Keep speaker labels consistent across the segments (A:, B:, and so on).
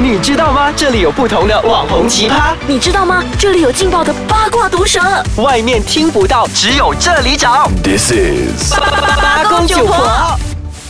A: 你知道吗？这里有不同的网红奇葩，
B: 你知道吗？这里有劲爆的八卦毒舌，
A: 外面听不到，只有这里找。
C: This is
A: 八八八
B: 公九婆。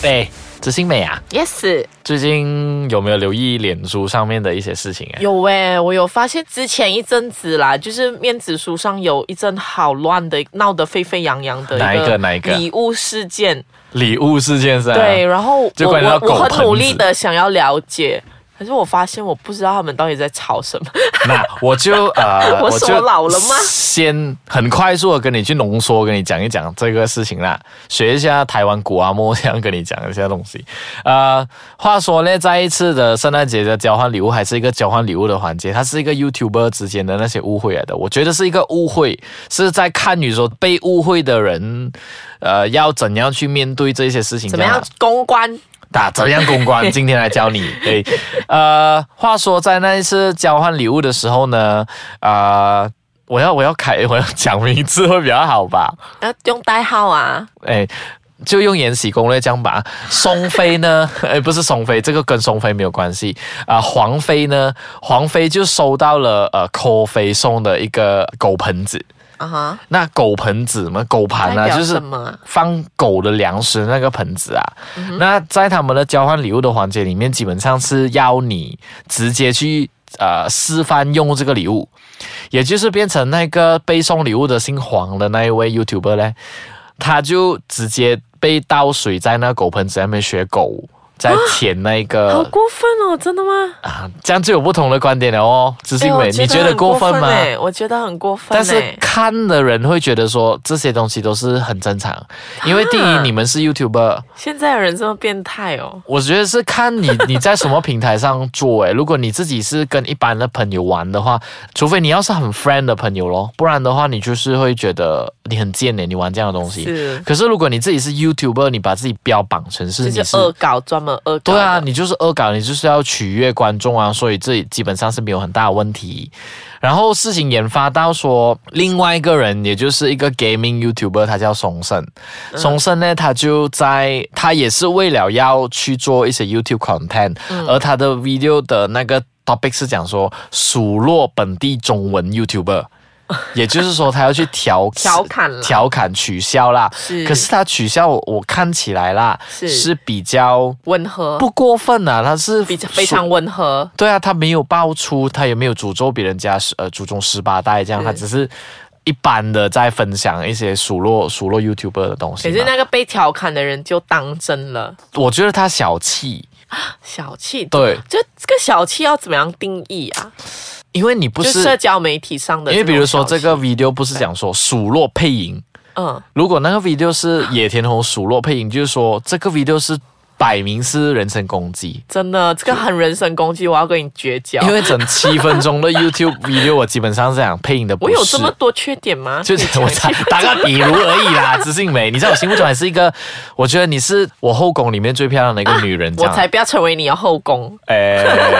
D: 哎，知心美啊，
E: Yes，
D: 最近有没有留意脸书上面的一些事情啊？
E: 有诶、我有发现之前一阵子啦，就是面子书上有一阵好乱的，闹得沸沸扬扬的
D: 哪一个
E: 个
D: 哪一个
E: 礼物事件，
D: 礼物事件是啊吧？
E: 对，然后我
D: 就关于那
E: 我
D: 狗
E: 我很努
D: 盆子
E: 力的想要了解，可是我发现我不知道他们到底在吵什 么。
D: 那我就呃，
E: 我
D: 就
E: 说老了吗
D: 先很快速的跟你去浓缩，跟你讲一讲这个事情啦，学一下台湾古阿莫这样跟你讲一下东西。呃，话说呢，在一次的圣诞节的交换礼物，还是一个交换礼物的环节，它是一个 YouTuber 之间的那些误会来的。我觉得是一个误会，是在看你说被误会的人，呃，要怎样去面对这些事情，
E: 怎么样
D: 啦
E: 公关？
D: 打怎样公 关，今天来教你。对，呃，话说在那一次交换礼物的时候呢，啊、我要我要改，我要讲名字会比较好吧？
E: 要用代号啊？
D: 哎，就用《延禧攻略》这样吧。松妃呢， 哎，不是松妃，这个跟松妃没有关系啊、皇妃呢，皇妃就收到了呃柯妃送的一个狗盆子。
E: 啊哈，
D: 那狗盆子嘛，狗盘
E: 代
D: 啊，
E: 表
D: 就是
E: 什么啊
D: 放狗的粮食那个盆子啊。
E: 嗯
D: 那在他们的交换礼物的环节里面，基本上是要你直接去呃示范用这个礼物，也就是变成那个被送礼物的姓黄的那一位 YouTuber 呢，他就直接被倒水在那狗盆子上面学狗。在舔那
E: 好
D: 个
E: 过分哦！真的吗？
D: 啊，这样就有不同的观点了哦。知
E: 哎
D: 性
E: 我
D: 美，你觉
E: 很
D: 得过分吗？
E: 欸我觉得很过分、
D: 但
E: 欸。
D: 是看的人会觉得说这些东西都是很正常，因为第一
E: 啊
D: 你们是 YouTuber，
E: 现在有人这么变态哦。
D: 我觉得是 看你你在什么平台上做欸诶。如果你自己是跟一般的朋友玩的话，除非你要是很 friend 的朋友咯，不然的话你就是会觉得你很贱欸诶，你玩这样的东西。
E: 是，
D: 可是如果你自己是 YouTuber，你把自己标榜成是
E: 就
D: 你是
E: 是恶搞，专门恶搞的。
D: 对啊，你就是恶搞，你就是要取悦观众啊，所以这基本上是没有很大的问题。然后事情研发到说，另外一个人，也就是一个 gaming YouTuber，他叫松胜。
E: 嗯
D: 松胜呢，他就在他也是为了要去做一些 YouTube content，、而
E: 嗯
D: 他的 video 的那个 topic 是讲说数落本地中文 YouTuber，也就是说他要去调
E: 调侃啦
D: 调侃取消啦。
E: 是
D: 可是他取消我，我看起来啦
E: 是
D: 是比较
E: 温和，
D: 不过分啊，他是
E: 比较非常温和。
D: 对啊，他没有爆出，他也没有诅咒别人家十呃祖宗十八代这样，
E: 是
D: 他只是一般的在分享一些数落数落 YouTuber 的东西
E: 可
D: 嘛。
E: 是那个被调侃的人就当真了，
D: 我觉得他小气，
E: 小气。，
D: 对，
E: 就这个小气要怎么样定义啊？
D: 因为你不，
E: 就是社交媒体上的
D: 因
E: 种小气，
D: 为比如说这个 video 不是讲说数落配音，
E: 嗯，
D: 如果那个 video 是野田红数落配音，就是说这个 video 是摆明是人身攻击。
E: 真的这个很人身攻击，我要跟你绝交。
D: 因为整七分钟的 YouTube video，我基本上是讲配音的不
E: 我
D: 是。
E: 有这么多缺点吗？
D: 就
E: 可以
D: 是
E: 讲
D: 我
E: 一下
D: 打打个比如而已啦，知性美，你在我心目中还是一个，我觉得你是我后宫里面最漂亮的一个女人，这
E: 我
D: 样。
E: 才不要成为你的后宫。
D: 哎、o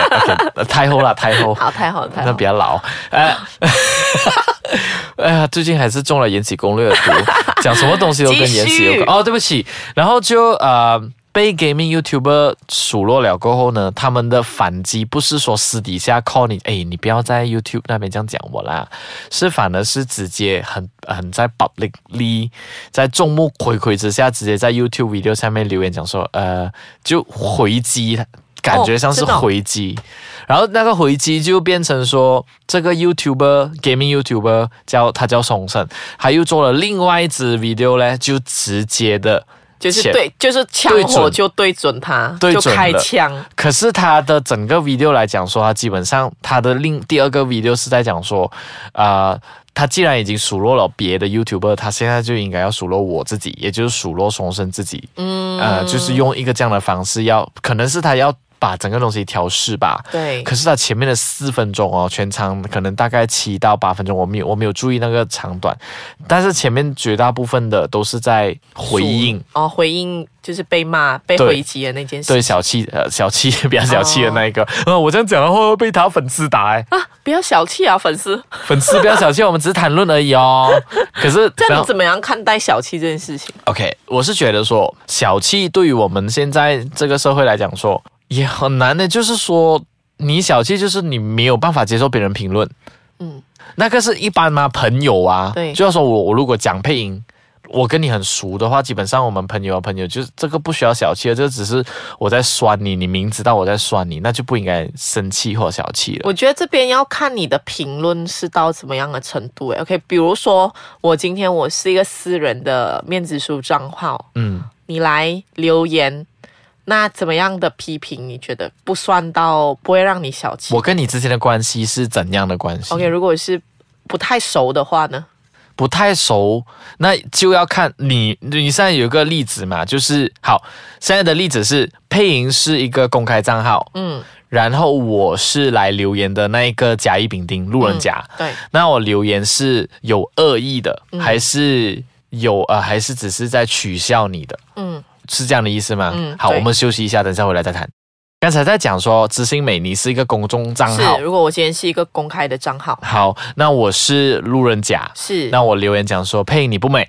D: k 太后啦，太后，
E: 好，太好了，太好
D: 那
E: 了
D: 比。较老，哎、 哎呀，最近还是中了《延禧攻略》的 毒，讲什么东西都跟延禧有
E: 继续
D: 关。哦，对不起，然后就呃。被 gaming YouTuber 数落了过后呢，他们的反击不是说私底下 call 你，哎，你不要在 YouTube 那边这样讲我啦，是反而是直接很很在 publicly 在众目睽睽之下，直接在 YouTube video 下面留言讲说，呃，就回击他，感觉像是
E: 真的哦
D: 回击。然后那个回击就变成说，这个 YouTuber gaming YouTuber 叫他叫松胜，他又做了另外一支 video 呢，就直接的，
E: 就是
D: 切
E: 对，就是枪
D: 对
E: 火
D: 准
E: 就对准他，
D: 对
E: 就
D: 准
E: 开
D: 了
E: 枪。
D: 可是他的整个 video 来讲说，他基本上他的另第二个 video 是在讲说，啊，他既然已经数落了别的 YouTuber，他现在就应该要数落我自己，也就是数落松胜自己。嗯，呃，就是用一个这样的方式要，可能是他要把整个东西调试吧。
E: 对，
D: 可是他前面的四分钟哦，全长可能大概七到八分钟，我没有我没有注意那个长短，但是前面绝大部分的都是在回应
E: 数。哦，回应就是被骂、被
D: 对
E: 回击的那件事。
D: 对小气呃小气 比较小气的那一个，呃我这样讲的话会被他粉丝打哎，
E: 啊，不要小气啊，粉丝。
D: 粉丝不要小气，我们只是谈论而已哦。可是
E: 这
D: 然
E: 样
D: 后
E: 你怎么样看待小气这件事情？
D: OK，我是觉得说小气对于我们现在这个社会来讲说也很难的，就是说你小气就是你没有办法接受别人评论，
E: 嗯，
D: 那个是一般嘛，朋友啊，
E: 对
D: 就要说我我如果讲配音。我跟你很熟的话，基本上我们朋友啊朋友就是这个不需要小气的，这只是我在酸你，你明知道我在酸你，那就不应该生气或小气了。
E: 我觉得这边要看你的评论是到怎么样的程度诶。OK，比如说我今天我是一个私人的面子书账号，
D: 嗯，
E: 你来留言，那怎么样的批评你觉得不算到不会让你小气
D: 我跟你之间的关系是怎样的关系
E: ？OK，如果是不太熟的话呢？
D: 不太熟，那就要看你。你现在有一个例子嘛，就是好，现在的例子是配音是一个公开账号，
E: 嗯，
D: 然后我是来留言的那一个甲乙丙丁路人甲，
E: 对，
D: 那我留言是有恶意的，
E: 嗯
D: 还是有呃，还是只是在取笑你的？
E: 嗯
D: 是这样的意思吗？
E: 嗯
D: 好，
E: 对
D: 我们休息一下，等一下回来再谈。刚才在讲说知心美你是一个公众账号
E: 是。，如果我今天是一个公开的账号，
D: 好，那我是路人甲，
E: 是
D: 那我留言讲说佩你不美，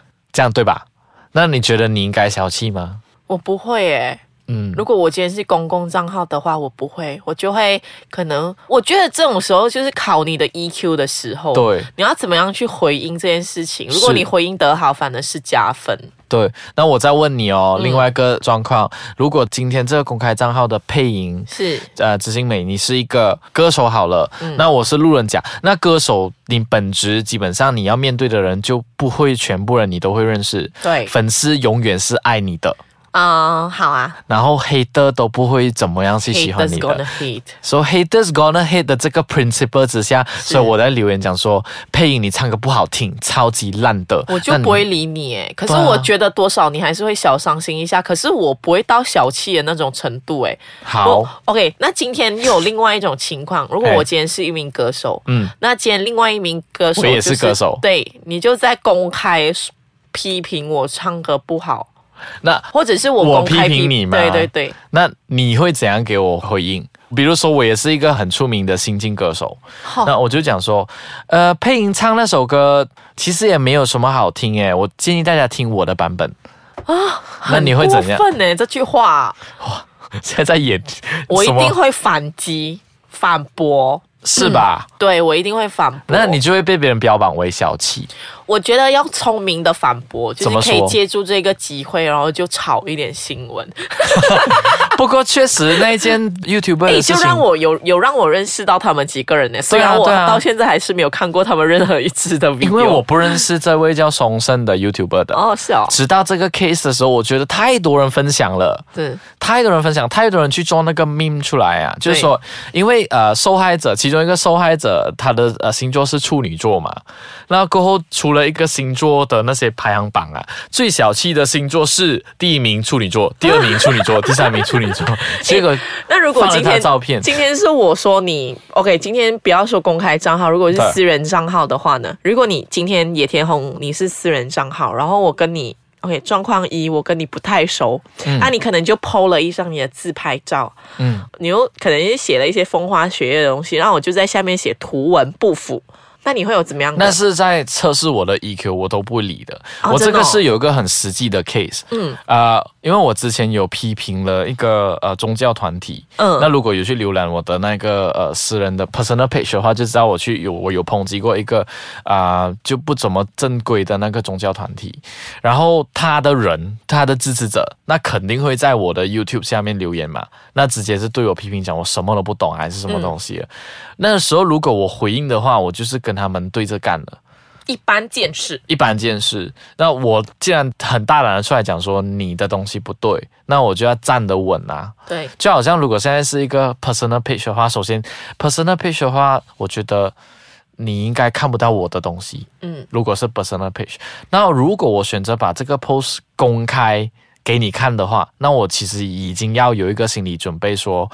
D: 这样对吧？那你觉得你应该小气吗？
E: 我不会诶、
D: 嗯，
E: 如果我今天是公共账号的话，我不会，我就会可能，我觉得这种时候就是考你的 EQ 的时候。，
D: 对
E: 你要怎么样去回应这件事情？如果
D: 是
E: 你回应得好，反而是加分。
D: 对。那我再问你哦，
E: 嗯
D: 另外一个状况，如果今天这个公开账号的配音。
E: 是，
D: 呃，知心美，你是一个歌手好了，
E: 嗯
D: 那我是路人甲。那歌手，你本职基本上你要面对的人就不会全部人你都会认识，
E: 对
D: 粉丝永远是爱你的，
E: 嗯，好啊。
D: 然后黑的都不会怎么样去喜欢
E: Haters
D: 你
E: gonna
D: 的。
E: hate，
D: So haters gonna hate 的这个 principle 之下，所以我在留言讲说，配音你唱歌不好听，超级烂的，
E: 我就
D: 那你
E: 不会。理你诶。可是
D: 对啊
E: 我觉得多少你还是会小伤心一下，可是我不会到小气的那种程度诶。我
D: 好，
E: ，OK，那今天又有另外一种情 况，如果
D: 嘿
E: 我今天是一名歌手，
D: 嗯，
E: 那今天另外一名歌手、
D: 我
E: 就
D: 也是歌手
E: 对你就在公开批评我唱歌不好，
D: 那
E: 或者是我
D: 我
E: 公开
D: 批评你吗
E: 对对对，
D: 那你会怎样给我回应？比如说，我也是一个很出名的新晋歌手，
E: 好
D: 那我就讲说，呃，配音唱那首歌其实也没有什么好听诶，我建议大家听我的版本。 那你会怎样
E: 过分呢、这句话
D: 现在演，
E: 我一
D: 什么
E: 定会反击反驳，
D: 是吧？
E: 对我一定会反驳。
D: 那你就会被别人标榜为小气。
E: 我觉得要聪明的反驳，就
D: 怎么
E: 是
D: 说
E: 可以借助这个机会，然后就炒一点新闻。
D: 不过确实那一件 YouTuber
E: 哎，
D: 的事
E: 就
D: 情，
E: 让我有有让我认识到他们几个人呢、虽然我
D: 对啊
E: 到现在还是没有看过他们任何一支的 video。
D: 因为我不认识这位叫松生的 YouTuber 的。
E: 哦是哦，
D: 直到这个 case 的时候，我觉得太多人分享了，
E: 对，
D: 太多人分享，太多人去做那个 meme 出来啊，就是说，因为呃，受害者其中一个受害者他的呃星座是处女座嘛，那过后出了一个星座的那些排行榜啊，最小气的星座是第一名处女座，第二名处女 座，第三名处女座，结果
E: 那如果
D: 放了
E: 今
D: 他
E: 天
D: 照片
E: 今天是我说你 OK，今天不要说公开账号，如果是
D: 对
E: 私人账号的话呢？如果你今天野田红你是私人账号，然后我跟你 OK 状况一，我跟你不太熟，那、你可能就 PO 了一张你的自拍照，
D: 嗯，
E: 你又可能是写了一些风花雪月的东西，然后我就在下面写图文不符，那你会有怎么样的？
D: 那是在测试我的 EQ，我都不理的。
E: 哦
D: 我这
E: 真的
D: 个
E: 哦
D: 是有一个很实际的 case，
E: 嗯，
D: 呃，因为我之前有批评了一个呃宗教团体，
E: 嗯
D: 那如果有去浏览我的那个呃私人的 personal page 的话，就知道我去有我有抨击过一个啊、呃就不怎么正规的那个宗教团体，然后他的人他的支持者，那肯定会在我的 YouTube 下面留言嘛，那直接是对我批评讲我什么都不懂还是什
E: 嗯
D: 么东西了那时候如果我回应的话，我就是跟他们对着干了。
E: 一般见识。
D: 一般见识。那我既然很大胆的出来讲说你的东西不对，那我就要站得稳啊。
E: 对，
D: 就好像如果现在是一个 personal page 的话，首先 personal page 的话，我觉得你应该看不到我的东西。
E: 嗯，
D: 如果是 personal page，那如果我选择把这个 post 公开给你看的话，那我其实已经要有一个心理准备说，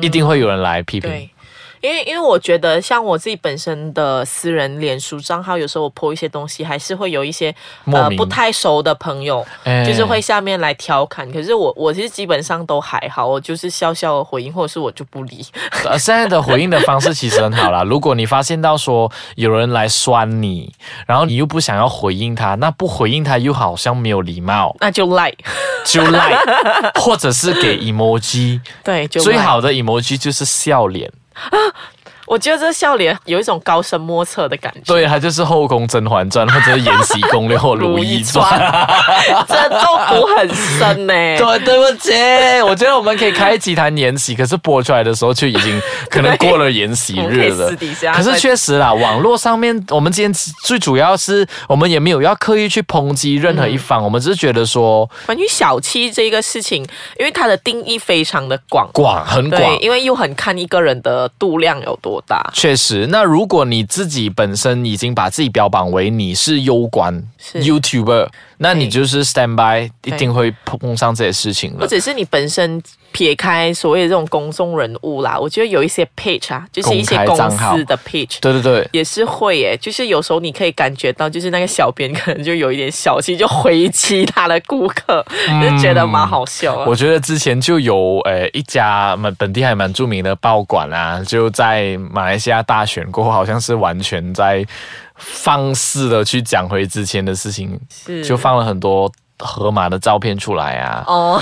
D: 一定会有人来批评
E: 嗯对。因为因为我觉得像我自己本身的私人脸书账号，有时候我 po 一些东西，还是会有一些
D: 莫
E: 呃
D: 名
E: 不太熟的朋友，
D: 哎
E: 就是会下面来调侃。可是我我其实基本上都还好，我就是笑笑地回应，或者是我就不理。
D: 呃，现在的回应的方式其实很好啦。如果你发现到说有人来酸你，然后你又不想要回应他，那不回应他又好像没有礼貌，
E: 那就 赖，
D: 就 like 或者是给 emoji。
E: 对，就 like
D: 最。好的 emoji 就是笑脸，
E: 我觉得这笑脸有一种高深莫测的感觉。
D: 对，它就是《后宫甄嬛传》或者是《延禧攻略》或《如懿 传》。
E: 这中毒很深欸呢、
D: 对，对不起，我觉得我们可以开一集谈延禧，可是播出来的时候就已经可能过了延禧日
E: 我们可以
D: 了。
E: 私底下
D: 可是
E: 再
D: 确实啦，网络上面我们今天最主要是我们也没有要刻意去抨击任何一方，我们只是觉得说
E: 关于小气这个事情，因为它的定义非常的广，
D: 广很广。
E: 对，因为又很看一个人的度量有多大。
D: 确实，那如果你自己本身已经把自己标榜为你是优管
E: 是
D: YouTuber，那你
E: 对
D: 就是 stand by，一
E: 对
D: 定会碰上这些事情
E: 或
D: 了。
E: 者是你本身撇开所谓的这种公众人物啦，我觉得有一些 page 啊，就是一些
D: 公开
E: 公
D: 账号
E: 司的 page。
D: 对对对，
E: 也是会耶，就是有时候你可以感觉到，就是那个小编可能就有一点小气，就回击他的顾客，就觉得蛮好笑啊。
D: 嗯我觉得之前就有呃一家蛮本地还蛮著名的报馆啊，就在马来西亚大选过后，好像是完全在放肆的去讲回之前的事情，
E: 是
D: 就放了很多河马的照片出来啊。
E: 哦，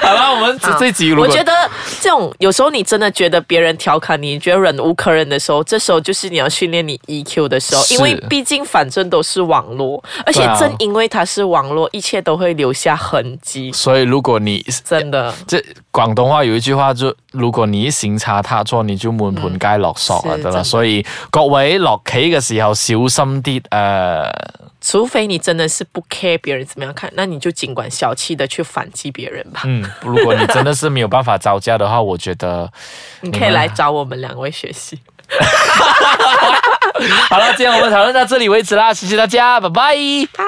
D: 好了，我们这这集如
E: 我
D: 果
E: 觉得这种有时候你真的觉得别人调侃你，你觉得忍无可忍的时候，这时候就是你要训练你 EQ 的时候，
D: 是
E: 因为毕竟反正都是网络，而且
D: 对啊
E: 正因为它是网络，一切都会留下痕迹，
D: 所以如果你
E: 真的。
D: 这广东话有一句話就，如果你行差踏錯，你就滿盤皆落索啊
E: 嗯，
D: 得
E: 是真
D: 啦。
E: 的
D: 所以各位落棋嘅時候小心啲，呃诶、
E: 除非你真的是不 care 别人怎么样看，那你就尽管小气的去反击别人吧。
D: 嗯，如果你真的是没有办法招架的话，我觉得
E: 你可以
D: 们
E: 来找我们两位学习。
D: 好了，今天我们讨论到这里为止啦，谢谢大家，拜拜。
E: 拜。